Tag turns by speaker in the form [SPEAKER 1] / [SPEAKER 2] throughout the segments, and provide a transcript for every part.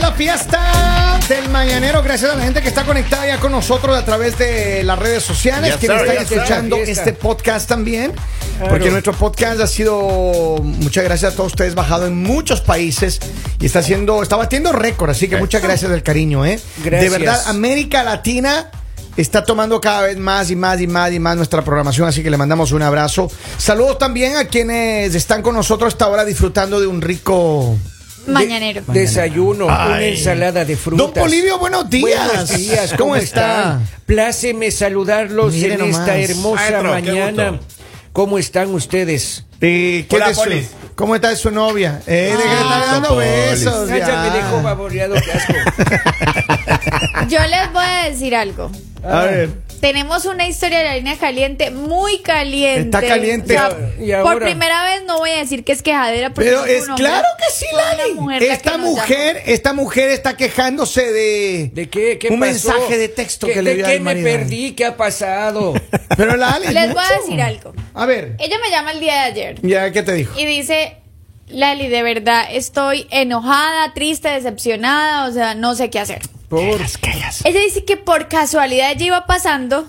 [SPEAKER 1] la fiesta del mañanero. Gracias a la gente que está conectada ya con nosotros a través de las redes sociales,
[SPEAKER 2] Yes,
[SPEAKER 1] quienes
[SPEAKER 2] sir,
[SPEAKER 1] están
[SPEAKER 2] yes, sir.
[SPEAKER 1] escuchando
[SPEAKER 3] Fiesta.
[SPEAKER 1] este podcast también. Porque nuestro podcast ha sido, muchas gracias a todos ustedes, bajado en muchos países y está haciendo, está batiendo récord. Así que muchas gracias del cariño, ¿eh?
[SPEAKER 3] Gracias.
[SPEAKER 1] De verdad, América Latina está tomando cada vez más y más y más y más nuestra programación, así que le mandamos un abrazo. Saludos también a quienes están con nosotros hasta ahora disfrutando de un rico...
[SPEAKER 4] Mañanero.
[SPEAKER 3] Desayuno, una
[SPEAKER 2] Ay.
[SPEAKER 3] ensalada de frutas.
[SPEAKER 1] Don Polivio, buenos días.
[SPEAKER 3] Buenos días, ¿cómo,
[SPEAKER 1] ¿Cómo está?
[SPEAKER 3] está? Pláceme saludarlos
[SPEAKER 1] Mire
[SPEAKER 3] en
[SPEAKER 1] nomás.
[SPEAKER 3] esta hermosa
[SPEAKER 2] Maestro, qué
[SPEAKER 3] mañana.
[SPEAKER 2] gusto.
[SPEAKER 3] ¿Cómo están ustedes?
[SPEAKER 1] Eh, ¿qué
[SPEAKER 2] Hola,
[SPEAKER 1] de su-
[SPEAKER 2] Polis.
[SPEAKER 1] ¿Cómo está su novia? Eh, ¿De qué le está
[SPEAKER 4] Ah.
[SPEAKER 1] dando
[SPEAKER 2] Polis.
[SPEAKER 1] besos?
[SPEAKER 3] Ah, ya
[SPEAKER 1] ya.
[SPEAKER 3] me dejó baboreado, qué asco.
[SPEAKER 4] Yo les voy a decir algo.
[SPEAKER 1] A ver.
[SPEAKER 4] Tenemos una historia de la línea caliente muy caliente.
[SPEAKER 1] Está caliente.
[SPEAKER 4] O sea,
[SPEAKER 3] Ya, y ahora.
[SPEAKER 4] por primera vez no voy a decir que es quejadera. porque
[SPEAKER 1] Pero
[SPEAKER 4] fue
[SPEAKER 1] es
[SPEAKER 4] un hombre,
[SPEAKER 1] claro que sí,
[SPEAKER 4] fue una
[SPEAKER 1] Lali.
[SPEAKER 4] mujer la
[SPEAKER 1] Esta
[SPEAKER 4] que nos
[SPEAKER 1] mujer, esta mujer está quejándose de,
[SPEAKER 3] ¿De qué? ¿Qué
[SPEAKER 1] un
[SPEAKER 3] pasó?
[SPEAKER 1] mensaje de texto
[SPEAKER 3] ¿Qué-
[SPEAKER 1] que le
[SPEAKER 3] de
[SPEAKER 1] dio
[SPEAKER 3] qué
[SPEAKER 1] al
[SPEAKER 3] me
[SPEAKER 1] marido.
[SPEAKER 3] perdí? ¿Qué ha pasado?
[SPEAKER 1] Pero Lali,
[SPEAKER 4] llamó. Les
[SPEAKER 1] mucho.
[SPEAKER 4] voy a decir algo.
[SPEAKER 1] A ver,
[SPEAKER 4] Ella me llama el día de ayer
[SPEAKER 1] ya qué te dijo.
[SPEAKER 4] y dice, Lali, de verdad estoy enojada, triste, decepcionada, o sea, no sé qué hacer.
[SPEAKER 3] Por...
[SPEAKER 4] Ella dice que por casualidad ella iba pasando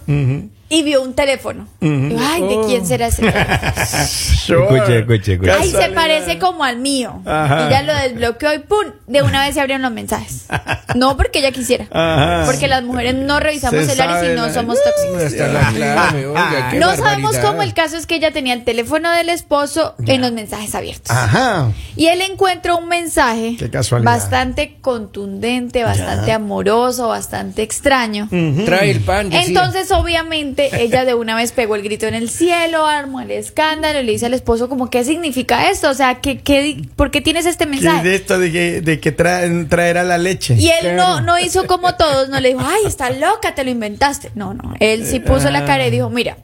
[SPEAKER 4] y vio un teléfono. Y yo, Ay, ¿de
[SPEAKER 3] Oh.
[SPEAKER 4] quién será ese teléfono?
[SPEAKER 5] Escuche, escuche, escuche.
[SPEAKER 4] Ay, se parece como al mío. Y ya lo desbloqueó y ¡pum! De una vez se abrieron los mensajes. No porque ella quisiera. Porque las mujeres no revisamos
[SPEAKER 1] Se
[SPEAKER 4] celulares
[SPEAKER 1] sabe,
[SPEAKER 4] y no
[SPEAKER 1] ¿no?
[SPEAKER 4] somos tóxicas.
[SPEAKER 3] Hasta la clave, oiga, qué
[SPEAKER 4] No sabemos
[SPEAKER 3] barbaridad.
[SPEAKER 4] cómo el caso es que ella tenía el teléfono del esposo en los mensajes abiertos.
[SPEAKER 1] Ajá.
[SPEAKER 4] Y él encuentra un mensaje
[SPEAKER 1] Ah. Qué casualidad.
[SPEAKER 4] bastante contundente, bastante amoroso, bastante extraño.
[SPEAKER 3] Trae el pan, decía.
[SPEAKER 4] Entonces, obviamente, ella de una vez pegó el grito en el cielo, armó el escándalo y le dice al esposo como, ¿qué significa esto? O sea, ¿qué, qué, ¿por qué tienes este
[SPEAKER 1] Y de
[SPEAKER 4] mensaje?
[SPEAKER 1] esto de que, de que traen- traerá la leche.
[SPEAKER 4] Y él no, no hizo como todos, no le dijo, ay, está loca, te lo inventaste. No, no, él sí puso la cara y dijo, mira,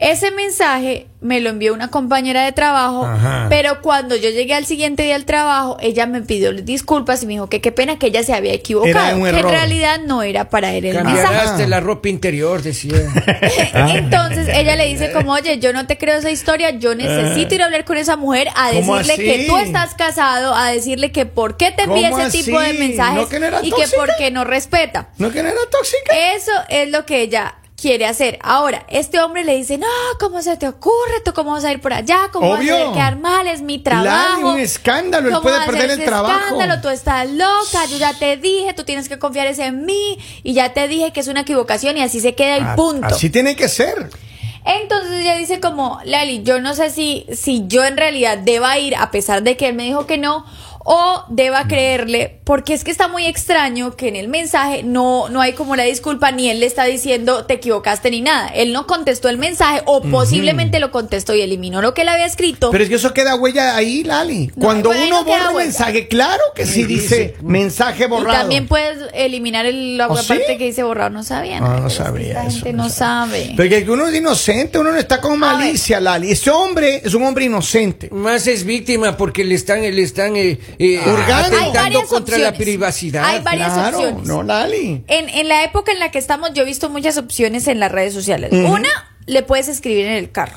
[SPEAKER 4] ese mensaje me lo envió una compañera de trabajo,
[SPEAKER 1] Ajá.
[SPEAKER 4] pero cuando yo llegué al siguiente día al trabajo, ella me pidió disculpas y me dijo que qué pena que ella se había equivocado,
[SPEAKER 1] un
[SPEAKER 4] que en
[SPEAKER 1] error.
[SPEAKER 4] realidad no era para él el mensaje.
[SPEAKER 3] Cambiarás de la ropa interior, decía.
[SPEAKER 4] Entonces ella le dice como, oye, yo no te creo esa historia, yo necesito ir a hablar con esa mujer a
[SPEAKER 1] ¿Cómo
[SPEAKER 4] decirle
[SPEAKER 1] así?
[SPEAKER 4] que tú estás casado, a decirle que por qué te envía
[SPEAKER 1] ¿Cómo
[SPEAKER 4] ese tipo de
[SPEAKER 1] así?
[SPEAKER 4] mensajes
[SPEAKER 1] ¿No que no era
[SPEAKER 4] y que
[SPEAKER 1] tóxica?
[SPEAKER 4] por qué no respeta.
[SPEAKER 1] ¿No que no era tóxica?
[SPEAKER 4] Eso es lo que ella quiere hacer. Ahora, este hombre le dice, no, ¿cómo se te ocurre? ¿Tú cómo vas a ir por allá? ¿Cómo
[SPEAKER 1] Obvio.
[SPEAKER 4] vas a ir a quedar mal? Es mi
[SPEAKER 1] Claro,
[SPEAKER 4] trabajo.
[SPEAKER 1] un escándalo, él
[SPEAKER 4] ¿Cómo
[SPEAKER 1] puede
[SPEAKER 4] vas a
[SPEAKER 1] perder
[SPEAKER 4] hacer
[SPEAKER 1] el
[SPEAKER 4] ese
[SPEAKER 1] trabajo?
[SPEAKER 4] escándalo? Tú estás loca, yo ya te dije, tú tienes que confiar es en mí y ya te dije que es una equivocación y así se queda y punto.
[SPEAKER 1] Ah, Así tiene que ser.
[SPEAKER 4] Entonces ella dice como, Lali, yo no sé si, si yo en realidad deba ir a pesar de que él me dijo que no o deba creerle, porque es que está muy extraño que en el mensaje no, no hay como la disculpa ni él le está diciendo te equivocaste ni nada. Él no contestó el mensaje o posiblemente lo contestó y eliminó lo que él había escrito.
[SPEAKER 1] Pero es que eso queda huella ahí, Lali.
[SPEAKER 4] No,
[SPEAKER 1] Cuando
[SPEAKER 4] bueno,
[SPEAKER 1] uno
[SPEAKER 4] queda
[SPEAKER 1] borra un
[SPEAKER 4] huella.
[SPEAKER 1] mensaje, claro que sí dice
[SPEAKER 3] "Mm".
[SPEAKER 1] mensaje
[SPEAKER 4] y
[SPEAKER 1] borrado.
[SPEAKER 4] también puedes eliminar el- la
[SPEAKER 1] ¿Oh, sí?
[SPEAKER 4] parte que dice borrado, no sabía.
[SPEAKER 1] Ah, no
[SPEAKER 4] Pero es que
[SPEAKER 1] sabía
[SPEAKER 4] esta
[SPEAKER 1] eso,
[SPEAKER 4] gente
[SPEAKER 1] no
[SPEAKER 4] no sabe.
[SPEAKER 1] Porque el que uno es inocente, uno no está con malicia, Lali. Ese hombre es un hombre inocente.
[SPEAKER 3] Más es víctima porque le están, le están eh, eh,
[SPEAKER 1] Ah. Hurgando.
[SPEAKER 4] Hay
[SPEAKER 3] atentando
[SPEAKER 4] varias
[SPEAKER 3] contra la
[SPEAKER 4] opciones.
[SPEAKER 3] privacidad.
[SPEAKER 4] Hay varias
[SPEAKER 1] claro,
[SPEAKER 4] opciones.
[SPEAKER 1] no, Lali.
[SPEAKER 4] En, en la época en la que estamos, yo he visto muchas opciones en las redes sociales. Una, le puedes escribir en el carro.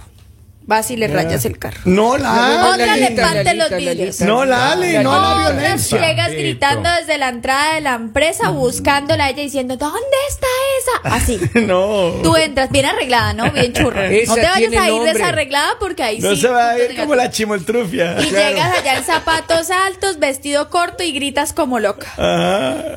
[SPEAKER 4] Vas y le rayas el carro.
[SPEAKER 1] No, Lali.
[SPEAKER 4] Otra le
[SPEAKER 3] Lalita,
[SPEAKER 4] parte los
[SPEAKER 3] Lalita,
[SPEAKER 4] vidrios.
[SPEAKER 3] Lalita,
[SPEAKER 1] No, Lali, no a la
[SPEAKER 4] Otras
[SPEAKER 1] violencia.
[SPEAKER 4] llegas gritando desde la entrada de la empresa, buscándola a ella diciendo, ¿dónde está esa? Así.
[SPEAKER 1] No.
[SPEAKER 4] Tú entras bien arreglada, ¿no? Bien churro.
[SPEAKER 3] Esa
[SPEAKER 4] no te vayas
[SPEAKER 3] tiene
[SPEAKER 4] a ir
[SPEAKER 3] nombre.
[SPEAKER 4] desarreglada porque ahí
[SPEAKER 1] No
[SPEAKER 4] sí.
[SPEAKER 1] se va a
[SPEAKER 4] puntos
[SPEAKER 1] ir como la
[SPEAKER 4] negativos.
[SPEAKER 1] chimoltrufia.
[SPEAKER 4] Y llegas allá en zapatos altos, vestido corto y gritas como loca.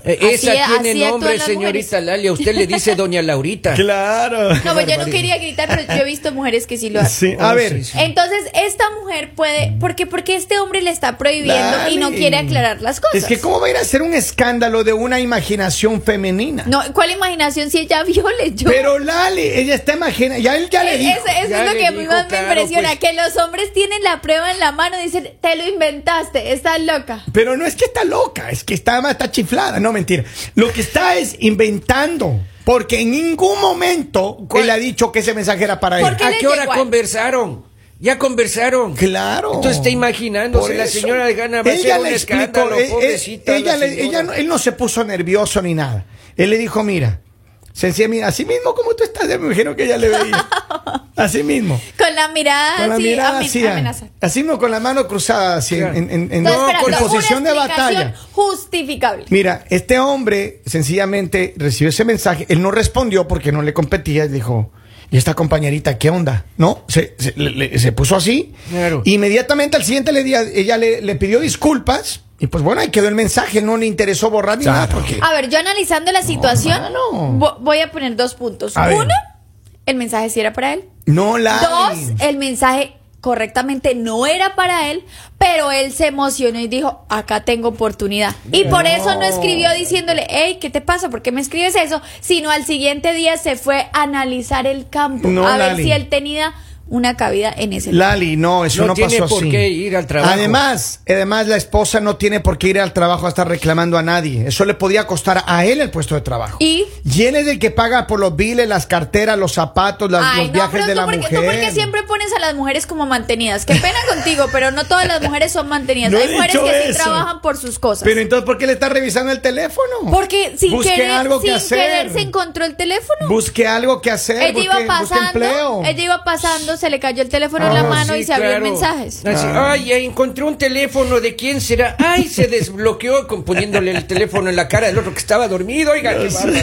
[SPEAKER 3] Eh, esa
[SPEAKER 4] Así-
[SPEAKER 3] tiene
[SPEAKER 4] así actúan
[SPEAKER 3] nombre,
[SPEAKER 4] las
[SPEAKER 3] señorita
[SPEAKER 4] mujeres.
[SPEAKER 3] Lali. A usted le dice doña Laurita.
[SPEAKER 1] Claro.
[SPEAKER 4] No, pues yo no quería gritar, pero yo he visto mujeres que sí lo hacen.
[SPEAKER 1] Sí, a
[SPEAKER 3] Oh,
[SPEAKER 1] ver.
[SPEAKER 3] sí, sí.
[SPEAKER 4] Entonces, esta mujer puede, porque porque este hombre le está prohibiendo y no
[SPEAKER 1] Lali.
[SPEAKER 4] quiere aclarar las cosas.
[SPEAKER 1] Es que cómo va a ir a ser un escándalo de una imaginación femenina.
[SPEAKER 4] no, ¿cuál imaginación si ella vio leyó?
[SPEAKER 1] Pero Lali, ella está imaginando, ya él ya le
[SPEAKER 4] Es-
[SPEAKER 1] dijo.
[SPEAKER 4] eso eso
[SPEAKER 3] Ya
[SPEAKER 4] es lo
[SPEAKER 3] le
[SPEAKER 4] que
[SPEAKER 3] dijo,
[SPEAKER 4] más me
[SPEAKER 3] claro,
[SPEAKER 4] impresiona,
[SPEAKER 3] pues.
[SPEAKER 4] que los hombres tienen la prueba en la mano y dicen, te lo inventaste, estás loca.
[SPEAKER 1] Pero no es que está loca, es que está, está chiflada, no mentira. Lo que está es inventando, porque en ningún momento
[SPEAKER 3] ¿Cuál?
[SPEAKER 1] él ha dicho que ese mensaje era para
[SPEAKER 4] ¿Por
[SPEAKER 1] él.
[SPEAKER 4] qué
[SPEAKER 3] ¿A
[SPEAKER 4] les
[SPEAKER 3] qué hora
[SPEAKER 4] llegó a-
[SPEAKER 3] conversaron? Ya conversaron.
[SPEAKER 1] Claro.
[SPEAKER 3] Entonces está imaginándose,
[SPEAKER 1] Por
[SPEAKER 3] la
[SPEAKER 1] eso.
[SPEAKER 3] señora de Gana va a
[SPEAKER 1] Ella
[SPEAKER 3] hacer un
[SPEAKER 1] le explicó,
[SPEAKER 3] escándalo,
[SPEAKER 1] eh, eh,
[SPEAKER 3] pobrecita.
[SPEAKER 1] ella
[SPEAKER 3] la
[SPEAKER 1] le-
[SPEAKER 3] señora.
[SPEAKER 1] ella no- él no se puso nervioso ni nada. Él le dijo, mira, sencilla, mira, así mismo como tú estás, ya me imagino que ella le veía. Así mismo.
[SPEAKER 4] Con la mirada
[SPEAKER 1] Con la
[SPEAKER 4] así,
[SPEAKER 1] mirada
[SPEAKER 4] Ah, amen-
[SPEAKER 1] así,
[SPEAKER 4] amenaza.
[SPEAKER 1] así mismo, con la mano cruzada, así, en-
[SPEAKER 3] Claro.
[SPEAKER 1] en, en- en-
[SPEAKER 4] Estoy
[SPEAKER 1] no,
[SPEAKER 4] esperando
[SPEAKER 1] con
[SPEAKER 4] una
[SPEAKER 1] posición de
[SPEAKER 4] explicación
[SPEAKER 1] batalla.
[SPEAKER 4] Justificable.
[SPEAKER 1] Mira, este hombre sencillamente recibió ese mensaje, él no respondió porque no le competía, y dijo, ¿y esta compañerita qué onda? ¿No? Se, se- le- le- se puso así.
[SPEAKER 3] Claro.
[SPEAKER 1] Inmediatamente al siguiente le, di- ella le, le pidió disculpas y pues bueno, ahí quedó el mensaje, no le interesó borrar ni nada porque...
[SPEAKER 4] A ver, yo analizando la situación,
[SPEAKER 1] hermano.
[SPEAKER 4] vo- voy a poner dos puntos.
[SPEAKER 1] A ver.
[SPEAKER 4] Uno, el mensaje sí era para él.
[SPEAKER 1] No la...
[SPEAKER 4] Dos, el mensaje correctamente no era para él, pero él se emocionó y dijo, acá tengo oportunidad. Y por eso no escribió diciéndole, hey, ¿qué te pasa? ¿Por qué me escribes eso? Sino al siguiente día se fue a analizar el campo,
[SPEAKER 1] No,
[SPEAKER 4] a ver
[SPEAKER 1] Lali.
[SPEAKER 4] si él tenía una cabida en ese lugar.
[SPEAKER 1] Lali, no, eso no,
[SPEAKER 3] No tiene
[SPEAKER 1] pasó
[SPEAKER 3] por
[SPEAKER 1] así.
[SPEAKER 3] qué ir al trabajo.
[SPEAKER 1] Además, además la esposa no tiene por qué ir al trabajo a estar reclamando a nadie. Eso le podía costar a él el puesto de trabajo.
[SPEAKER 4] ¿Y?
[SPEAKER 1] él es el que paga por los biles, las carteras, los zapatos, las- los viajes de
[SPEAKER 4] tú
[SPEAKER 1] la
[SPEAKER 4] porque,
[SPEAKER 1] mujer.
[SPEAKER 4] tú porque siempre pones a las mujeres como mantenidas. Qué pena contigo, pero no todas las mujeres son mantenidas.
[SPEAKER 1] No he
[SPEAKER 4] Hay mujeres
[SPEAKER 1] dicho
[SPEAKER 4] que sí
[SPEAKER 1] eso.
[SPEAKER 4] trabajan por sus cosas.
[SPEAKER 1] Pero entonces, ¿por qué le está revisando el teléfono?
[SPEAKER 4] porque sin
[SPEAKER 1] Busque
[SPEAKER 4] querer,
[SPEAKER 1] algo que
[SPEAKER 4] sin
[SPEAKER 1] hacer.
[SPEAKER 4] querer se encontró el teléfono.
[SPEAKER 1] Busque algo que hacer,
[SPEAKER 4] ella
[SPEAKER 1] busque,
[SPEAKER 4] iba
[SPEAKER 1] busque empleo.
[SPEAKER 4] pasando, ella iba pasando, se le cayó el teléfono en la
[SPEAKER 1] Ah,
[SPEAKER 4] mano
[SPEAKER 3] Sí,
[SPEAKER 4] y se abrió
[SPEAKER 3] claro.
[SPEAKER 4] en mensajes.
[SPEAKER 3] Así, Ay, ahí encontré un teléfono de quién será. Ay, se desbloqueó con- poniéndole el teléfono en la cara del otro que estaba dormido. Oiga, qué bárbaro.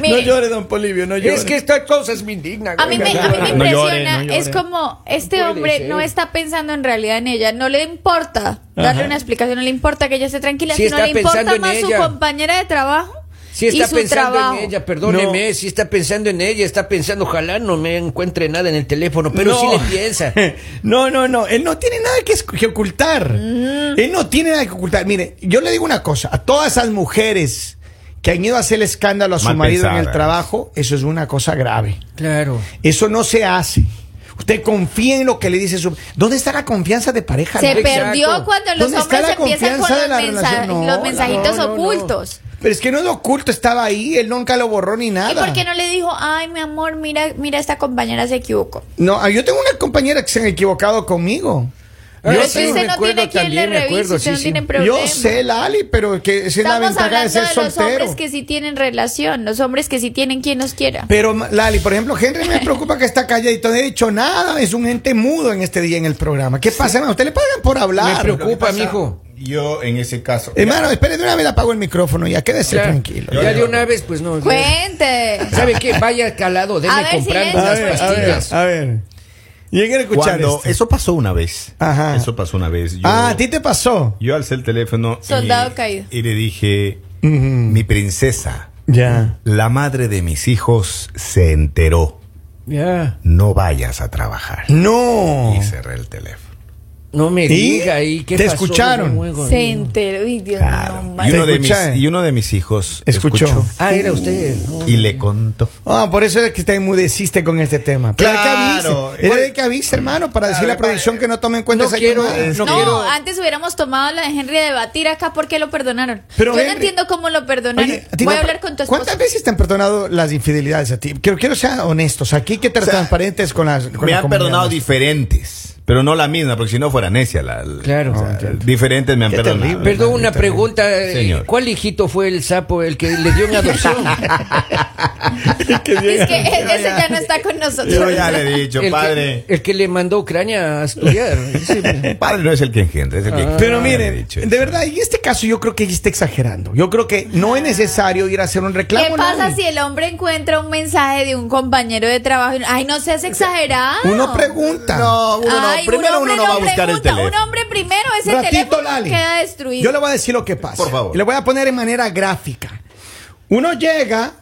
[SPEAKER 4] Miren,
[SPEAKER 1] don Polivio, no
[SPEAKER 3] es que estas cosas me indignan.
[SPEAKER 4] a mí me,
[SPEAKER 3] oiga.
[SPEAKER 4] a mí me
[SPEAKER 5] No
[SPEAKER 4] impresiona,
[SPEAKER 5] llore, no llore.
[SPEAKER 4] es como este
[SPEAKER 3] puede
[SPEAKER 4] hombre
[SPEAKER 3] ser.
[SPEAKER 4] no está pensando en realidad en ella, no le importa darle una explicación, no le importa que ella esté tranquila,
[SPEAKER 3] Sí
[SPEAKER 4] sino
[SPEAKER 3] está
[SPEAKER 4] le importa
[SPEAKER 3] pensando en
[SPEAKER 4] más su
[SPEAKER 3] ella.
[SPEAKER 4] compañera de trabajo
[SPEAKER 3] Si
[SPEAKER 4] y
[SPEAKER 3] está
[SPEAKER 4] su
[SPEAKER 3] pensando
[SPEAKER 4] trabajo.
[SPEAKER 3] en ella, perdóneme, si está pensando en ella, está pensando, ojalá no me encuentre nada en el teléfono, pero
[SPEAKER 1] No.
[SPEAKER 3] sí le piensa.
[SPEAKER 1] No, no, no. Él no tiene nada que, es- que ocultar.
[SPEAKER 3] Mm.
[SPEAKER 1] Él no tiene nada que ocultar. Mire, yo le digo una cosa. A todas esas mujeres que han ido a hacer escándalo a su
[SPEAKER 5] Mal
[SPEAKER 1] marido en el
[SPEAKER 5] pensadas.
[SPEAKER 1] trabajo, eso es una cosa grave.
[SPEAKER 3] Claro.
[SPEAKER 1] Eso no se hace. Usted confía en lo que le dice su... ¿Dónde está la confianza de pareja?
[SPEAKER 4] Se
[SPEAKER 1] no?
[SPEAKER 3] Exacto.
[SPEAKER 4] perdió cuando los
[SPEAKER 1] ¿Dónde está
[SPEAKER 4] hombres
[SPEAKER 1] la
[SPEAKER 4] empiezan con
[SPEAKER 1] confianza
[SPEAKER 4] los,
[SPEAKER 1] de la
[SPEAKER 4] mensa-
[SPEAKER 1] relación? No,
[SPEAKER 4] los
[SPEAKER 3] no,
[SPEAKER 4] mensajitos
[SPEAKER 3] no, no.
[SPEAKER 4] ocultos.
[SPEAKER 1] Pero es que no es oculto, estaba ahí, él nunca lo borró ni nada.
[SPEAKER 4] ¿Y por qué no le dijo, ay, mi amor, mira, mira, esta compañera se equivocó?
[SPEAKER 1] No, ah, yo tengo una compañera que se han equivocado conmigo.
[SPEAKER 4] Pero
[SPEAKER 3] Yo
[SPEAKER 4] es que
[SPEAKER 3] sí
[SPEAKER 4] usted no
[SPEAKER 3] recuerdo
[SPEAKER 4] tiene quien le
[SPEAKER 3] también, me
[SPEAKER 4] revise,
[SPEAKER 3] acuerdo, sí,
[SPEAKER 4] usted no
[SPEAKER 3] sí.
[SPEAKER 4] tiene problema.
[SPEAKER 1] Yo sé, Lali, pero que esa es la
[SPEAKER 4] Estamos
[SPEAKER 1] ventaja de
[SPEAKER 4] hablando
[SPEAKER 1] ser
[SPEAKER 4] de los
[SPEAKER 1] soltero.
[SPEAKER 4] hombres que sí tienen relación, los hombres que sí tienen quien los quiera.
[SPEAKER 1] Pero ma- Lali, por ejemplo, Henry me preocupa que está calladito, no he dicho nada, es un gente mudo en este día en el programa. ¿Qué pasa, hermano? Usted le pagan por hablar.
[SPEAKER 3] Me
[SPEAKER 5] Lo que
[SPEAKER 3] preocupa,
[SPEAKER 5] pasa,
[SPEAKER 3] mijo.
[SPEAKER 5] Yo, en ese caso.
[SPEAKER 1] Hermano, espere de una vez le apago el micrófono ya, quédese
[SPEAKER 3] Ya,
[SPEAKER 1] tranquilo.
[SPEAKER 3] ya
[SPEAKER 5] Yo-
[SPEAKER 3] de una vez, pues no.
[SPEAKER 4] Cuente.
[SPEAKER 3] ¿Sabe qué? Vaya calado,
[SPEAKER 4] A
[SPEAKER 3] déme
[SPEAKER 4] ver,
[SPEAKER 3] comprar
[SPEAKER 4] silencio.
[SPEAKER 3] unas
[SPEAKER 4] A ver, a
[SPEAKER 3] pastillas.
[SPEAKER 1] a Ah. ver. Lleguen a escuchar
[SPEAKER 5] Cuando,
[SPEAKER 1] esto.
[SPEAKER 5] eso pasó una vez.
[SPEAKER 1] Ajá.
[SPEAKER 5] Eso pasó una vez. Yo,
[SPEAKER 1] Ah, ¿a ti te pasó?
[SPEAKER 5] yo alcé el teléfono.
[SPEAKER 4] Soldado
[SPEAKER 5] y,
[SPEAKER 4] caído.
[SPEAKER 5] Y le dije,
[SPEAKER 1] Ujú.
[SPEAKER 5] mi princesa,
[SPEAKER 1] Ya.
[SPEAKER 5] la madre de mis hijos se enteró.
[SPEAKER 3] Ya.
[SPEAKER 5] No vayas a trabajar.
[SPEAKER 1] No.
[SPEAKER 5] Y cerré el teléfono.
[SPEAKER 3] No me
[SPEAKER 1] ¿Y?
[SPEAKER 3] diga, ¿y qué
[SPEAKER 1] ¿Te
[SPEAKER 3] pasó?
[SPEAKER 1] escucharon?
[SPEAKER 3] Me muevo,
[SPEAKER 4] Se
[SPEAKER 3] amigo.
[SPEAKER 4] enteró. Uy, Dios
[SPEAKER 5] Claro.
[SPEAKER 4] no,
[SPEAKER 5] y,
[SPEAKER 4] madre.
[SPEAKER 5] uno de mis,
[SPEAKER 1] Escucha.
[SPEAKER 5] y uno de mis hijos
[SPEAKER 1] Escuchó.
[SPEAKER 3] Ah, era usted. No.
[SPEAKER 5] y le contó.
[SPEAKER 1] Ah, por eso es que te enmudeciste con este tema. Pero hay que
[SPEAKER 5] Claro.
[SPEAKER 1] avise. Era de que avise, hermano, para decirle a la producción que no tome en cuenta
[SPEAKER 3] No
[SPEAKER 1] esa
[SPEAKER 3] quiero-
[SPEAKER 1] llamada.
[SPEAKER 4] No,
[SPEAKER 3] No quiero-
[SPEAKER 4] antes hubiéramos tomado la de Henry a debatir acá porque lo perdonaron.
[SPEAKER 1] Pero
[SPEAKER 4] Yo no
[SPEAKER 1] Henry-
[SPEAKER 4] entiendo cómo lo perdonaron.
[SPEAKER 1] Oye, a ti
[SPEAKER 4] Voy a
[SPEAKER 1] no-
[SPEAKER 4] hablar con tu esposo.
[SPEAKER 1] ¿Cuántas veces te han perdonado las infidelidades a ti? Quiero, quiero ser honestos. Aquí que te transparentes con las. con
[SPEAKER 5] Me
[SPEAKER 1] la
[SPEAKER 5] han
[SPEAKER 1] comunidad
[SPEAKER 5] perdonado
[SPEAKER 1] nuestra.
[SPEAKER 5] diferentes, pero no la misma, porque si no fuera necia la. la-
[SPEAKER 3] Claro.
[SPEAKER 5] o sea, diferentes me han
[SPEAKER 1] Qué
[SPEAKER 5] perdonado.
[SPEAKER 1] terrible.
[SPEAKER 3] Perdón, una
[SPEAKER 5] Terrible.
[SPEAKER 3] pregunta. eh,
[SPEAKER 5] Señor.
[SPEAKER 3] ¿Cuál hijito fue el sapo el que le dio en adopción?
[SPEAKER 4] Es que ese ya no está con nosotros.
[SPEAKER 5] Yo ya le he dicho,
[SPEAKER 3] el,
[SPEAKER 5] padre.
[SPEAKER 3] Que, el que le mandó a Ucrania a estudiar. Ese-
[SPEAKER 5] Padre no es el que engendra, es el que engendra.
[SPEAKER 1] Ah. Pero
[SPEAKER 5] Ya le he
[SPEAKER 1] miren,
[SPEAKER 5] dicho eso.
[SPEAKER 1] de verdad, en este caso yo creo que ella está exagerando. Yo creo que no es necesario ir a hacer un reclamo.
[SPEAKER 4] ¿Qué pasa
[SPEAKER 1] Lali.
[SPEAKER 4] si el hombre encuentra un mensaje de un compañero de trabajo? y- Ay, no seas exagerado.
[SPEAKER 1] Uno pregunta.
[SPEAKER 5] No, uno no.
[SPEAKER 4] Ay, un
[SPEAKER 5] Primero
[SPEAKER 4] hombre
[SPEAKER 5] uno no va a buscar el
[SPEAKER 4] pregunta. Un
[SPEAKER 5] teléfono.
[SPEAKER 4] hombre primero ese
[SPEAKER 1] Ratito,
[SPEAKER 4] teléfono
[SPEAKER 1] Lali.
[SPEAKER 4] queda destruido.
[SPEAKER 1] Yo le voy a decir lo que pasa.
[SPEAKER 5] Por favor.
[SPEAKER 1] Le voy a poner en manera gráfica. Uno llega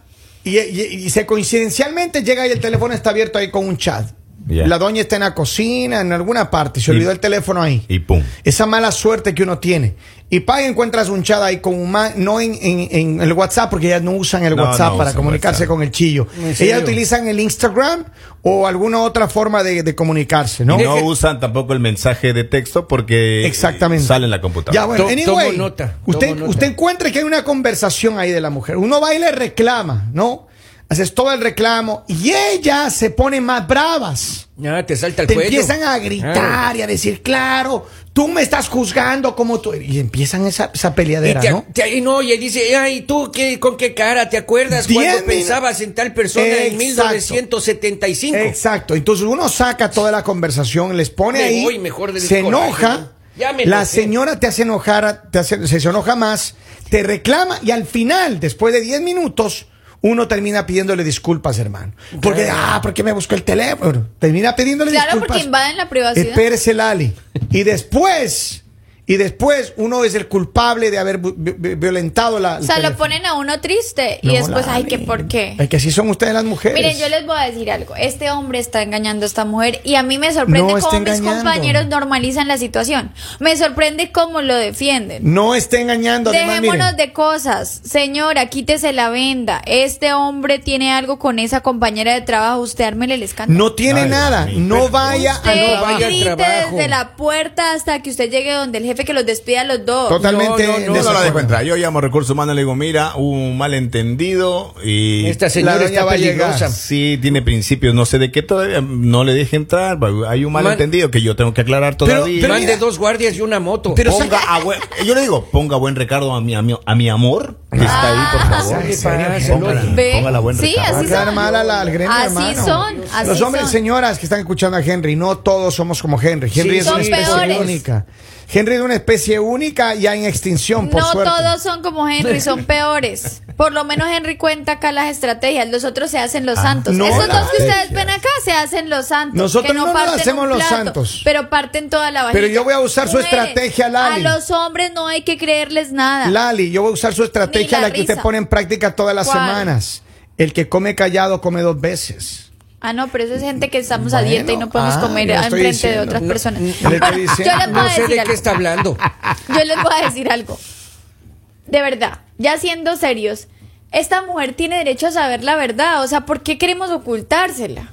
[SPEAKER 1] y, y- y se coincidencialmente llega y el teléfono está abierto ahí con un chat.
[SPEAKER 5] Ya.
[SPEAKER 1] La doña está en la cocina, en alguna parte, se
[SPEAKER 5] Y-
[SPEAKER 1] olvidó el teléfono ahí.
[SPEAKER 5] Y pum.
[SPEAKER 1] Esa mala suerte que uno tiene. Y pa, encuentras un chat ahí con un man, no en, en- en el WhatsApp, porque ellas no usan el
[SPEAKER 5] No,
[SPEAKER 1] WhatsApp
[SPEAKER 5] no
[SPEAKER 1] para
[SPEAKER 5] usan
[SPEAKER 1] comunicarse
[SPEAKER 5] WhatsApp.
[SPEAKER 1] con el chillo.
[SPEAKER 3] ¿En
[SPEAKER 1] Ellas
[SPEAKER 3] serio?
[SPEAKER 1] utilizan el Instagram o alguna otra forma de, de comunicarse, ¿no?
[SPEAKER 5] No,
[SPEAKER 3] Deje-
[SPEAKER 5] usan tampoco el mensaje de texto porque
[SPEAKER 1] Exactamente.
[SPEAKER 5] eh, sale en la computadora.
[SPEAKER 1] Ya, bueno,
[SPEAKER 3] To-
[SPEAKER 1] anyway,
[SPEAKER 3] tomo nota,
[SPEAKER 1] usted,
[SPEAKER 3] tomo nota.
[SPEAKER 1] usted encuentra que hay una conversación ahí de la mujer. Uno va y le reclama, ¿no? haces todo el reclamo y ellas se ponen más bravas.
[SPEAKER 3] Ah, te salta el
[SPEAKER 1] Te
[SPEAKER 3] cuello. Ah.
[SPEAKER 1] empiezan a gritar
[SPEAKER 3] Claro.
[SPEAKER 1] y a decir, claro, tú me estás juzgando como tú. Y empiezan esa, esa
[SPEAKER 3] Y
[SPEAKER 1] peleadera,
[SPEAKER 3] te-
[SPEAKER 1] ¿no?
[SPEAKER 3] te- y no, y dice, ay, tú qué, con qué cara te acuerdas
[SPEAKER 1] Diez
[SPEAKER 3] cuando
[SPEAKER 1] minu-
[SPEAKER 3] pensabas en tal persona en
[SPEAKER 1] Exacto.
[SPEAKER 3] 1975.
[SPEAKER 1] Exacto. Entonces uno saca toda la conversación, les pone
[SPEAKER 3] Me
[SPEAKER 1] ahí,
[SPEAKER 3] voy mejor del
[SPEAKER 1] se
[SPEAKER 3] coraje,
[SPEAKER 1] enoja,
[SPEAKER 3] ¿no? Ya me
[SPEAKER 1] la
[SPEAKER 3] enojé.
[SPEAKER 1] señora te hace enojar, te hace- se, se enoja más, te reclama y al final, después de 10 minutos, uno termina pidiéndole disculpas, hermano. Porque, ah, ¿por qué me buscó el teléfono? Termina pidiéndole
[SPEAKER 4] Claro,
[SPEAKER 1] disculpas.
[SPEAKER 4] porque invaden la privacidad.
[SPEAKER 1] Espérese, Lali. Y después... Y después uno es el culpable de haber bu- vi- vi- violentado la...
[SPEAKER 4] O sea, lo ponen a uno triste y después, ay, que por qué.
[SPEAKER 1] Es que así son ustedes las mujeres.
[SPEAKER 4] Miren, yo les voy a decir algo. Este hombre está engañando a esta mujer y a mí me sorprende
[SPEAKER 1] No está
[SPEAKER 4] cómo mis
[SPEAKER 1] engañando.
[SPEAKER 4] compañeros normalizan la situación. Me sorprende cómo lo defienden.
[SPEAKER 1] No está engañando. además, miren.
[SPEAKER 4] Dejémonos de cosas. Señora, quítese la venda. Este hombre tiene algo con esa compañera de trabajo. Usted ármele el escándalo.
[SPEAKER 1] No tiene
[SPEAKER 5] Ay,
[SPEAKER 1] nada.
[SPEAKER 5] Dios mío.
[SPEAKER 1] No vaya a
[SPEAKER 4] Usted
[SPEAKER 1] no
[SPEAKER 3] vaya al
[SPEAKER 4] grite
[SPEAKER 3] trabajo.
[SPEAKER 4] desde la puerta hasta que usted llegue donde el jefe que los despida a los dos.
[SPEAKER 1] Totalmente.
[SPEAKER 3] No, no, no,
[SPEAKER 1] en
[SPEAKER 5] Yo
[SPEAKER 3] no
[SPEAKER 5] no la
[SPEAKER 1] desacuerdo.
[SPEAKER 5] dejo entrar. Yo llamo a recursos humanos y le digo, mira, hubo un malentendido y
[SPEAKER 3] Esta
[SPEAKER 1] La
[SPEAKER 3] señora
[SPEAKER 1] doña
[SPEAKER 3] está
[SPEAKER 1] va a llegar.
[SPEAKER 3] peligrosa.
[SPEAKER 5] sí tiene principios, no sé de qué todavía no le deje entrar. Hay un
[SPEAKER 3] Man-
[SPEAKER 5] malentendido que yo tengo que aclarar
[SPEAKER 1] Pero-
[SPEAKER 5] todavía.
[SPEAKER 1] pero
[SPEAKER 3] Mande
[SPEAKER 1] mira-
[SPEAKER 3] dos guardias y una moto.
[SPEAKER 1] Pero
[SPEAKER 5] ponga
[SPEAKER 1] saca-
[SPEAKER 5] a buen- eh, yo le digo, ponga buen Ricardo a mi, a mi, a mi amor, que está ahí, por
[SPEAKER 1] Ah,
[SPEAKER 5] favor.
[SPEAKER 3] ¿qué le pasa,
[SPEAKER 5] Póngala,
[SPEAKER 3] loco?
[SPEAKER 4] Ve.
[SPEAKER 5] póngala buen
[SPEAKER 4] Sí,
[SPEAKER 5] Ricardo.
[SPEAKER 1] Va a
[SPEAKER 4] así
[SPEAKER 1] quedar
[SPEAKER 4] son.
[SPEAKER 1] mal a la- al gremio,
[SPEAKER 4] Así
[SPEAKER 1] hermano.
[SPEAKER 4] son, así
[SPEAKER 1] Los hombres,
[SPEAKER 4] son.
[SPEAKER 1] señoras que están escuchando a Henry, no todos somos como Henry. Henry
[SPEAKER 3] Sí,
[SPEAKER 1] es
[SPEAKER 3] son
[SPEAKER 1] una especie
[SPEAKER 4] peores.
[SPEAKER 1] única. Henry es una especie única ya en extinción, por
[SPEAKER 4] No
[SPEAKER 1] suerte.
[SPEAKER 4] todos son como Henry, son peores. Por lo menos Henry cuenta acá las estrategias, los otros se hacen los santos.
[SPEAKER 1] Ah, no
[SPEAKER 4] Esos
[SPEAKER 1] las
[SPEAKER 4] dos que ustedes
[SPEAKER 5] estrategias.
[SPEAKER 4] ven acá se hacen los santos.
[SPEAKER 1] Nosotros
[SPEAKER 4] que
[SPEAKER 1] no nos
[SPEAKER 4] parten
[SPEAKER 1] hacemos
[SPEAKER 4] un
[SPEAKER 1] los
[SPEAKER 4] plato,
[SPEAKER 1] santos.
[SPEAKER 4] Pero parten toda la vajilla. Pues,
[SPEAKER 1] Pero yo voy a usar su estrategia, Lali.
[SPEAKER 4] A los hombres no hay que creerles nada.
[SPEAKER 1] Lali, yo voy a usar su estrategia,
[SPEAKER 4] Ni la
[SPEAKER 1] la, que usted
[SPEAKER 4] risa.
[SPEAKER 1] pone en práctica todas las
[SPEAKER 4] ¿Cuál?
[SPEAKER 1] semanas. El que come callado come dos veces.
[SPEAKER 4] Ah, no, pero eso es gente que estamos a
[SPEAKER 1] Bueno,
[SPEAKER 4] dieta y no podemos
[SPEAKER 1] ah,
[SPEAKER 4] comer
[SPEAKER 1] yo
[SPEAKER 4] al
[SPEAKER 1] estoy
[SPEAKER 4] frente de
[SPEAKER 1] diciendo.
[SPEAKER 4] otras
[SPEAKER 1] No,
[SPEAKER 4] personas.
[SPEAKER 1] le estoy diciendo.
[SPEAKER 4] Yo les voy a
[SPEAKER 3] No sé
[SPEAKER 4] decir
[SPEAKER 3] de
[SPEAKER 4] algo.
[SPEAKER 3] qué está hablando.
[SPEAKER 4] Yo les voy a decir algo. De verdad, ya siendo serios, esta mujer tiene derecho a saber la verdad. O sea, ¿por qué queremos ocultársela?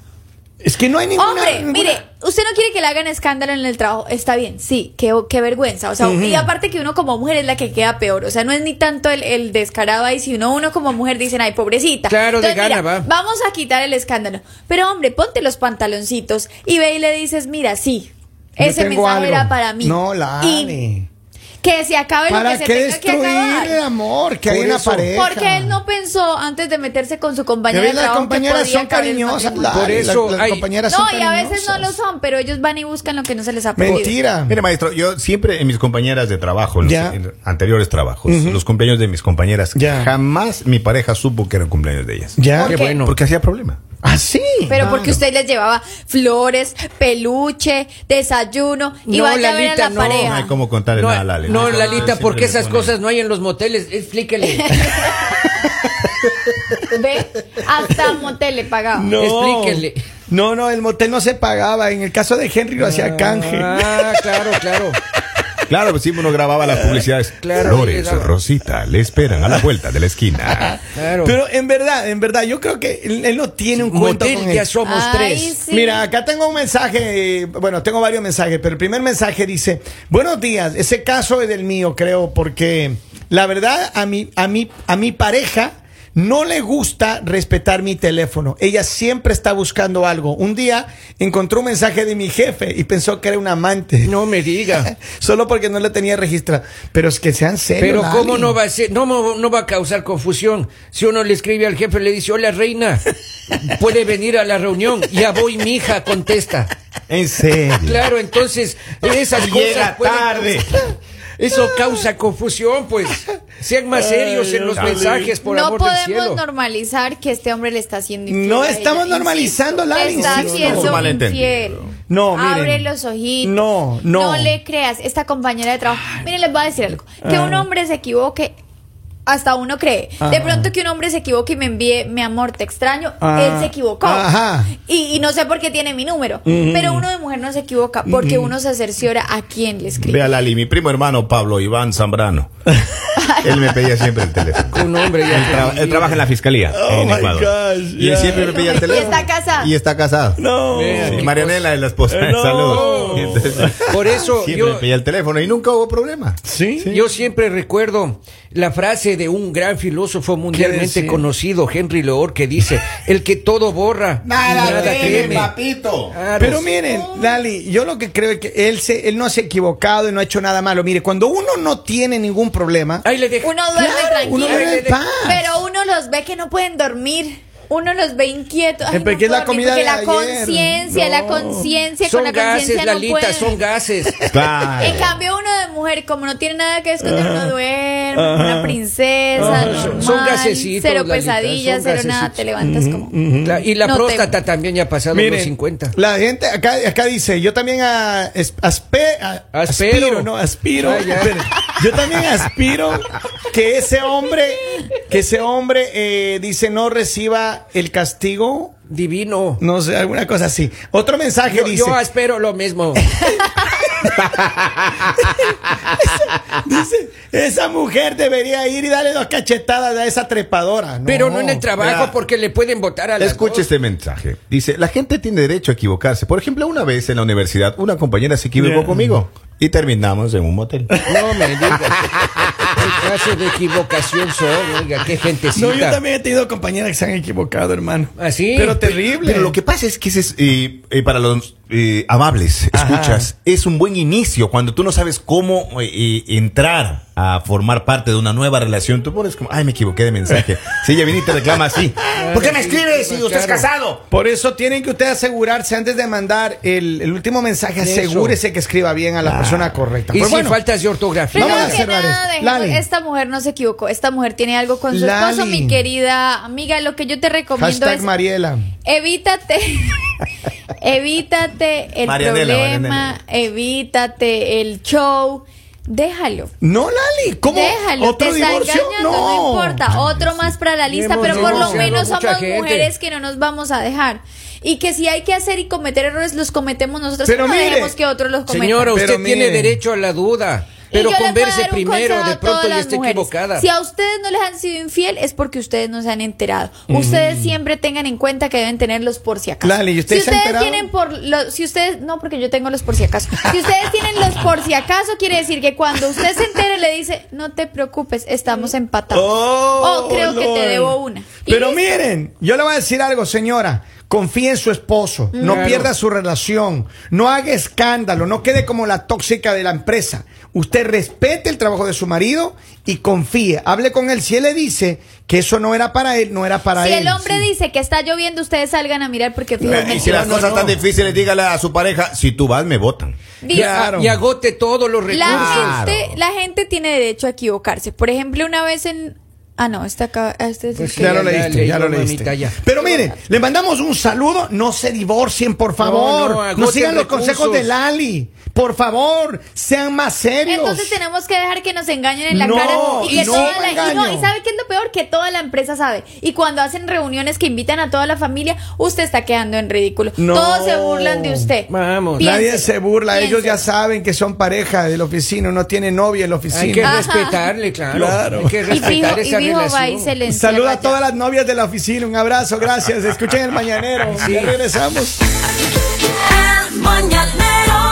[SPEAKER 1] Es que no hay ninguna...
[SPEAKER 4] Hombre,
[SPEAKER 1] ninguna-
[SPEAKER 4] mire, usted no quiere que le hagan escándalo en el trabajo. Está bien, sí, qué, qué vergüenza. O sea, y aparte que uno como mujer es la que queda peor. O sea, no es ni tanto el, el descarado ahí, sino uno como mujer dicen, ay, pobrecita.
[SPEAKER 3] Claro, de gana, va.
[SPEAKER 4] Vamos a quitar el escándalo. Pero, hombre, ponte los pantaloncitos y ve y le dices, mira, sí.
[SPEAKER 1] Yo
[SPEAKER 4] Ese
[SPEAKER 1] tengo
[SPEAKER 4] mensaje
[SPEAKER 1] algo.
[SPEAKER 4] era para mí.
[SPEAKER 1] No,
[SPEAKER 4] Y
[SPEAKER 1] Lali.
[SPEAKER 4] que se acabe lo
[SPEAKER 1] ¿Para
[SPEAKER 4] que se
[SPEAKER 1] qué
[SPEAKER 4] tenga que
[SPEAKER 1] destruir
[SPEAKER 4] acabar.
[SPEAKER 1] el amor que hay
[SPEAKER 3] Por
[SPEAKER 1] en la
[SPEAKER 3] eso.
[SPEAKER 1] pareja?
[SPEAKER 4] Porque él no pensó antes de meterse con su compañera.
[SPEAKER 1] Pero
[SPEAKER 4] de
[SPEAKER 1] las
[SPEAKER 4] trabajo que
[SPEAKER 1] compañeras
[SPEAKER 4] podía
[SPEAKER 1] son
[SPEAKER 4] acabar el
[SPEAKER 1] cariñosas,
[SPEAKER 4] matrimonio.
[SPEAKER 1] Lali,
[SPEAKER 3] Por eso
[SPEAKER 1] las- las
[SPEAKER 3] hay-
[SPEAKER 1] compañeras son
[SPEAKER 4] No, y a veces no
[SPEAKER 1] cariñosas.
[SPEAKER 4] lo son, pero ellos van y buscan lo que no se les ha pedido.
[SPEAKER 1] Mentira.
[SPEAKER 5] Mire, maestro, yo siempre en mis compañeras de trabajo, en los,
[SPEAKER 1] Ya.
[SPEAKER 5] en los anteriores trabajos, los cumpleaños de mis compañeras,
[SPEAKER 1] Ya.
[SPEAKER 5] jamás mi pareja supo que era el cumpleaños de ellas.
[SPEAKER 1] ya. Ah,
[SPEAKER 3] Qué
[SPEAKER 4] qué?
[SPEAKER 3] bueno.
[SPEAKER 5] Porque hacía problema.
[SPEAKER 1] Así.
[SPEAKER 4] Pero porque usted les llevaba flores, peluche, desayuno y
[SPEAKER 3] No,
[SPEAKER 4] vaya a ver a
[SPEAKER 3] Lalita,
[SPEAKER 4] la
[SPEAKER 3] no.
[SPEAKER 5] No
[SPEAKER 4] pareja.
[SPEAKER 5] hay como contarle
[SPEAKER 3] No,
[SPEAKER 5] nada a Lali.
[SPEAKER 3] no,
[SPEAKER 5] Entonces,
[SPEAKER 3] Lalita,
[SPEAKER 5] siempre
[SPEAKER 3] porque
[SPEAKER 5] le
[SPEAKER 3] esas
[SPEAKER 5] ponen-
[SPEAKER 3] cosas no hay en los moteles. Explíquele.
[SPEAKER 4] Ve, hasta motel le pagaba.
[SPEAKER 3] Explíquenle.
[SPEAKER 1] No, no, el motel no se pagaba. En el caso de Henry lo hacía canje.
[SPEAKER 3] Ah, claro, claro.
[SPEAKER 5] Claro, pues sí, uno grababa las publicidades.
[SPEAKER 3] Claro, le
[SPEAKER 5] Flores,
[SPEAKER 3] daba.
[SPEAKER 5] Rosita, le esperan a la vuelta de la esquina.
[SPEAKER 3] Claro.
[SPEAKER 1] Pero en verdad, en verdad, yo creo que él, él no tiene un cuento con
[SPEAKER 3] Motel,
[SPEAKER 1] él.
[SPEAKER 3] ya somos
[SPEAKER 4] Ay,
[SPEAKER 3] tres.
[SPEAKER 4] sí.
[SPEAKER 1] Mira, acá tengo un mensaje, eh, bueno, tengo varios mensajes, pero el primer mensaje dice, buenos días, ese caso es del mío, creo, porque la verdad a mi, a mi, a mi pareja no le gusta respetar mi teléfono. Ella siempre está buscando algo. Un día encontró un mensaje de mi jefe y pensó que era un amante.
[SPEAKER 3] No me diga.
[SPEAKER 1] Solo porque no le tenía registrado. Pero es que sean serios.
[SPEAKER 3] Pero
[SPEAKER 1] Lali.
[SPEAKER 3] cómo no va a ser, no, mo- no va a causar confusión. Si uno le escribe al jefe, le dice, hola reina, puede venir a la reunión. Ya voy, mi hija, contesta.
[SPEAKER 5] En serio.
[SPEAKER 3] Claro, entonces, esas
[SPEAKER 5] Llega
[SPEAKER 3] cosas pueden
[SPEAKER 5] tarde.
[SPEAKER 3] causar- Eso causa confusión, pues. Sean más serios en los mensajes, por
[SPEAKER 4] no
[SPEAKER 3] amor del cielo.
[SPEAKER 4] podemos normalizar que este hombre le está haciendo infiel.
[SPEAKER 1] No
[SPEAKER 4] a ella.
[SPEAKER 1] estamos normalizando, Lali,
[SPEAKER 4] Está
[SPEAKER 1] insisto.
[SPEAKER 5] Es un
[SPEAKER 4] haciendo
[SPEAKER 5] malentendido.
[SPEAKER 4] infiel.
[SPEAKER 1] No, miren.
[SPEAKER 4] Abre los ojitos.
[SPEAKER 1] No, no.
[SPEAKER 4] No le creas. Esta compañera de trabajo. Miren, les voy a decir algo. Que un hombre se equivoque. Hasta uno cree. De
[SPEAKER 1] Ah.
[SPEAKER 4] pronto que un hombre se equivoque y me envíe, mi amor, te extraño.
[SPEAKER 1] Ah.
[SPEAKER 4] Él se equivocó.
[SPEAKER 1] Ajá. Mm.
[SPEAKER 4] Y, y no sé por qué tiene mi número. Pero uno de mujer no se equivoca porque uno se cerciora a quién le escribe.
[SPEAKER 5] Vea Lali, mi primo hermano Pablo Iván Zambrano. Él me pedía siempre el teléfono.
[SPEAKER 3] Un hombre ya
[SPEAKER 5] Él, tra- él trabaja en la fiscalía
[SPEAKER 1] Oh
[SPEAKER 5] en
[SPEAKER 1] my
[SPEAKER 5] Ecuador.
[SPEAKER 1] gosh,
[SPEAKER 5] Y
[SPEAKER 1] yeah.
[SPEAKER 5] él siempre me pedía el
[SPEAKER 4] Y
[SPEAKER 5] teléfono.
[SPEAKER 4] está casado.
[SPEAKER 5] Y está casado.
[SPEAKER 1] No.
[SPEAKER 5] Sí, Marianela de las Posas.
[SPEAKER 1] Eh, no.
[SPEAKER 5] Saludos.
[SPEAKER 1] Claro.
[SPEAKER 5] Entonces,
[SPEAKER 3] Por eso
[SPEAKER 5] siempre
[SPEAKER 3] yo,
[SPEAKER 5] me pedía el teléfono y nunca hubo problema.
[SPEAKER 1] ¿Sí?
[SPEAKER 3] yo siempre recuerdo la frase de un gran filósofo mundialmente
[SPEAKER 1] decía?
[SPEAKER 3] conocido, Henry Leor, que dice, el que todo borra, nada, teme.
[SPEAKER 5] papito.
[SPEAKER 3] Claro.
[SPEAKER 1] Pero miren, Lali, yo lo que creo es que él, se, él no se ha equivocado y no ha hecho nada malo. Mire, cuando uno no tiene ningún problema,
[SPEAKER 3] Ahí le dejo.
[SPEAKER 4] Uno duerme
[SPEAKER 1] Claro,
[SPEAKER 4] tranquilo.
[SPEAKER 1] uno duerme en paz.
[SPEAKER 4] Pero uno los ve que no pueden dormir. Uno los ve inquietos. Ay,
[SPEAKER 1] Eh, porque
[SPEAKER 4] no
[SPEAKER 1] es la
[SPEAKER 4] puedo dormir,
[SPEAKER 1] comida
[SPEAKER 4] porque
[SPEAKER 1] de
[SPEAKER 4] la
[SPEAKER 1] ayer.
[SPEAKER 4] conciencia, la
[SPEAKER 1] No.
[SPEAKER 4] conciencia, con
[SPEAKER 3] Son
[SPEAKER 4] la
[SPEAKER 3] gases,
[SPEAKER 4] conciencia no
[SPEAKER 3] Lalita,
[SPEAKER 4] pueden.
[SPEAKER 3] son gases.
[SPEAKER 5] Claro.
[SPEAKER 4] En cambio, uno de mujer, como no tiene nada que esconder, uno duerme, una princesa,
[SPEAKER 3] Ajá. Son-
[SPEAKER 4] normal,
[SPEAKER 3] son gasecitos,
[SPEAKER 4] cero
[SPEAKER 3] Lalita,
[SPEAKER 4] pesadillas,
[SPEAKER 3] son
[SPEAKER 4] cero nada,
[SPEAKER 3] gasecitos.
[SPEAKER 4] te levantas como...
[SPEAKER 3] La- y la
[SPEAKER 4] No
[SPEAKER 3] próstata también ya pasaron
[SPEAKER 1] Miren,
[SPEAKER 3] los 50.
[SPEAKER 1] La gente acá, acá dice, yo también a- es- aspe- a-
[SPEAKER 3] Aspero.
[SPEAKER 1] aspiro, no, aspiro.
[SPEAKER 3] Ah, ya.
[SPEAKER 1] Espere. Yo también aspiro que ese hombre, que ese hombre eh, dice no reciba el castigo,
[SPEAKER 3] Divino.
[SPEAKER 1] no sé, alguna cosa así. Otro mensaje
[SPEAKER 3] Yo,
[SPEAKER 1] dice,
[SPEAKER 3] yo espero lo mismo.
[SPEAKER 1] dice, esa mujer debería ir y darle dos cachetadas a esa trepadora.
[SPEAKER 3] Pero no en el trabajo
[SPEAKER 5] mira.
[SPEAKER 3] porque le pueden votar a la
[SPEAKER 5] Escuche este mensaje. Dice, la gente tiene derecho a equivocarse. Por ejemplo, una vez en la universidad, una compañera se equivocó
[SPEAKER 1] Yeah.
[SPEAKER 5] conmigo y terminamos en un motel.
[SPEAKER 3] No me digas. El caso de equivocación son, oiga, qué gentecita.
[SPEAKER 1] No, yo también he tenido compañeras que se han equivocado, hermano.
[SPEAKER 3] ¿Ah, sí?
[SPEAKER 1] Pero terrible.
[SPEAKER 5] Pero lo que pasa es que ese es, eh, eh, para los eh, amables,
[SPEAKER 1] Ajá.
[SPEAKER 5] escuchas, es un buen inicio. Cuando tú no sabes cómo eh, eh, entrar a formar parte de una nueva relación, tú pones como, ay, me equivoqué de mensaje. Si ella viene y te reclama así. ¿Por qué me
[SPEAKER 3] sí,
[SPEAKER 5] escribes si
[SPEAKER 3] claro.
[SPEAKER 5] usted es casado?
[SPEAKER 1] Por eso tienen que usted asegurarse antes de mandar el, el último mensaje,
[SPEAKER 3] Eso.
[SPEAKER 1] asegúrese que escriba bien a
[SPEAKER 5] Ah.
[SPEAKER 1] la persona correcta.
[SPEAKER 3] Y
[SPEAKER 1] Pues
[SPEAKER 3] si
[SPEAKER 1] bueno,
[SPEAKER 3] faltas de ortografía.
[SPEAKER 1] Vamos
[SPEAKER 4] Primero
[SPEAKER 1] a
[SPEAKER 4] que
[SPEAKER 1] cerrar
[SPEAKER 4] nada,
[SPEAKER 1] esto.
[SPEAKER 4] dejemos-
[SPEAKER 1] Lali.
[SPEAKER 4] esta mujer no se equivocó. Esta mujer tiene algo con su
[SPEAKER 1] Lali.
[SPEAKER 4] esposo, mi querida amiga. Lo que yo te recomiendo
[SPEAKER 1] hashtag
[SPEAKER 4] es
[SPEAKER 1] Mariela.
[SPEAKER 4] evítate, evítate el
[SPEAKER 5] Marianela,
[SPEAKER 4] problema, evítate el show. Déjalo.
[SPEAKER 1] No, Lali, ¿cómo?
[SPEAKER 4] Déjalo,
[SPEAKER 1] ¿Otro
[SPEAKER 4] te
[SPEAKER 1] divorcio?
[SPEAKER 4] está engañando, no. importa. Otro más para la lista,
[SPEAKER 3] Hemos
[SPEAKER 4] pero por lo
[SPEAKER 3] divorciado
[SPEAKER 4] menos
[SPEAKER 3] mucha
[SPEAKER 4] somos
[SPEAKER 3] gente.
[SPEAKER 4] mujeres que no nos vamos a dejar. Y que si hay que hacer y cometer errores, los cometemos nosotros.
[SPEAKER 1] Pero
[SPEAKER 4] no
[SPEAKER 1] mire,
[SPEAKER 4] dejemos que otros los cometan.
[SPEAKER 1] Pero
[SPEAKER 3] Señora, usted tiene
[SPEAKER 1] miren.
[SPEAKER 3] derecho a la duda.
[SPEAKER 4] Y
[SPEAKER 3] Pero
[SPEAKER 4] yo les voy a
[SPEAKER 3] converse
[SPEAKER 4] dar un
[SPEAKER 3] primero,
[SPEAKER 4] consejo
[SPEAKER 3] de
[SPEAKER 4] a todas
[SPEAKER 3] pronto ya
[SPEAKER 4] las
[SPEAKER 3] está
[SPEAKER 4] mujeres.
[SPEAKER 3] equivocada.
[SPEAKER 4] Si a ustedes no les han sido infiel es porque ustedes no se han enterado. Ustedes siempre tengan en cuenta que deben tenerlos por si acaso.
[SPEAKER 1] Lali, ¿y usted
[SPEAKER 4] si
[SPEAKER 1] se ha
[SPEAKER 4] ustedes
[SPEAKER 1] enterado?
[SPEAKER 4] tienen por lo- si ustedes no porque yo tengo los por si acaso. Si ustedes tienen los por si acaso quiere decir que cuando usted se entere le dice, "No te preocupes, estamos empatados."
[SPEAKER 1] Oh,
[SPEAKER 4] Oh, creo que
[SPEAKER 1] Lord.
[SPEAKER 4] te debo una. Y
[SPEAKER 1] Pero
[SPEAKER 4] listo.
[SPEAKER 1] miren, yo le voy a decir algo, señora. Confíe en su esposo, no
[SPEAKER 3] Claro.
[SPEAKER 1] pierda su relación, no haga escándalo, no quede como la tóxica de la empresa. Usted respete el trabajo de su marido y confíe. Hable con él. Si él le dice que eso no era para él, no era para
[SPEAKER 4] si
[SPEAKER 1] él.
[SPEAKER 4] el hombre
[SPEAKER 1] Sí. Eh,
[SPEAKER 4] dice que está lloviendo, ustedes salgan a mirar porque
[SPEAKER 5] Eh, Y si las
[SPEAKER 1] No, no,
[SPEAKER 5] cosas tan
[SPEAKER 1] no.
[SPEAKER 5] difíciles, dígale a su pareja, si tú vas, me votan.
[SPEAKER 3] Y, a-
[SPEAKER 1] Claro.
[SPEAKER 3] y agote todos los recursos.
[SPEAKER 4] La
[SPEAKER 5] Claro.
[SPEAKER 4] gente, la gente tiene derecho a equivocarse. Por ejemplo, una vez en. Ah, no, esta acá. Este es el
[SPEAKER 3] Pues
[SPEAKER 4] que-
[SPEAKER 1] Ya
[SPEAKER 3] Sí,
[SPEAKER 1] lo
[SPEAKER 3] ya
[SPEAKER 1] leíste,
[SPEAKER 3] leí
[SPEAKER 1] ya
[SPEAKER 3] yo,
[SPEAKER 1] lo leíste.
[SPEAKER 3] mamita, ya.
[SPEAKER 1] Pero miren, le mandamos un saludo. No se divorcien, por favor.
[SPEAKER 3] no,
[SPEAKER 1] No,
[SPEAKER 3] agoten
[SPEAKER 1] sigan los
[SPEAKER 3] recursos.
[SPEAKER 1] consejos de Lali. Por favor, sean más serios.
[SPEAKER 4] Entonces tenemos que dejar que nos engañen en la
[SPEAKER 1] No,
[SPEAKER 4] cara. Y, que
[SPEAKER 1] y no
[SPEAKER 4] toda la- y no,
[SPEAKER 1] engaño.
[SPEAKER 4] y sabe qué es lo peor? Que toda la empresa sabe. Y cuando hacen reuniones que invitan a toda la familia, usted está quedando en ridículo.
[SPEAKER 1] No.
[SPEAKER 4] Todos se burlan de usted.
[SPEAKER 3] Vamos.
[SPEAKER 1] Nadie
[SPEAKER 4] Piénselo,
[SPEAKER 1] se burla. Ellos ya
[SPEAKER 4] piénselo.
[SPEAKER 1] saben que son pareja de la oficina. Uno tiene novia en la
[SPEAKER 3] Hay que
[SPEAKER 1] oficina.
[SPEAKER 3] respetarle, claro.
[SPEAKER 1] Claro.
[SPEAKER 3] Hay que
[SPEAKER 4] Y fijo,
[SPEAKER 3] respetar
[SPEAKER 4] y
[SPEAKER 3] esa
[SPEAKER 4] fijo va y
[SPEAKER 3] relación.
[SPEAKER 4] se le encierra
[SPEAKER 1] Saluda a
[SPEAKER 4] ya.
[SPEAKER 1] todas las novias de la oficina. Un abrazo, gracias. Escuchen el mañanero. Ya regresamos.
[SPEAKER 2] El mañanero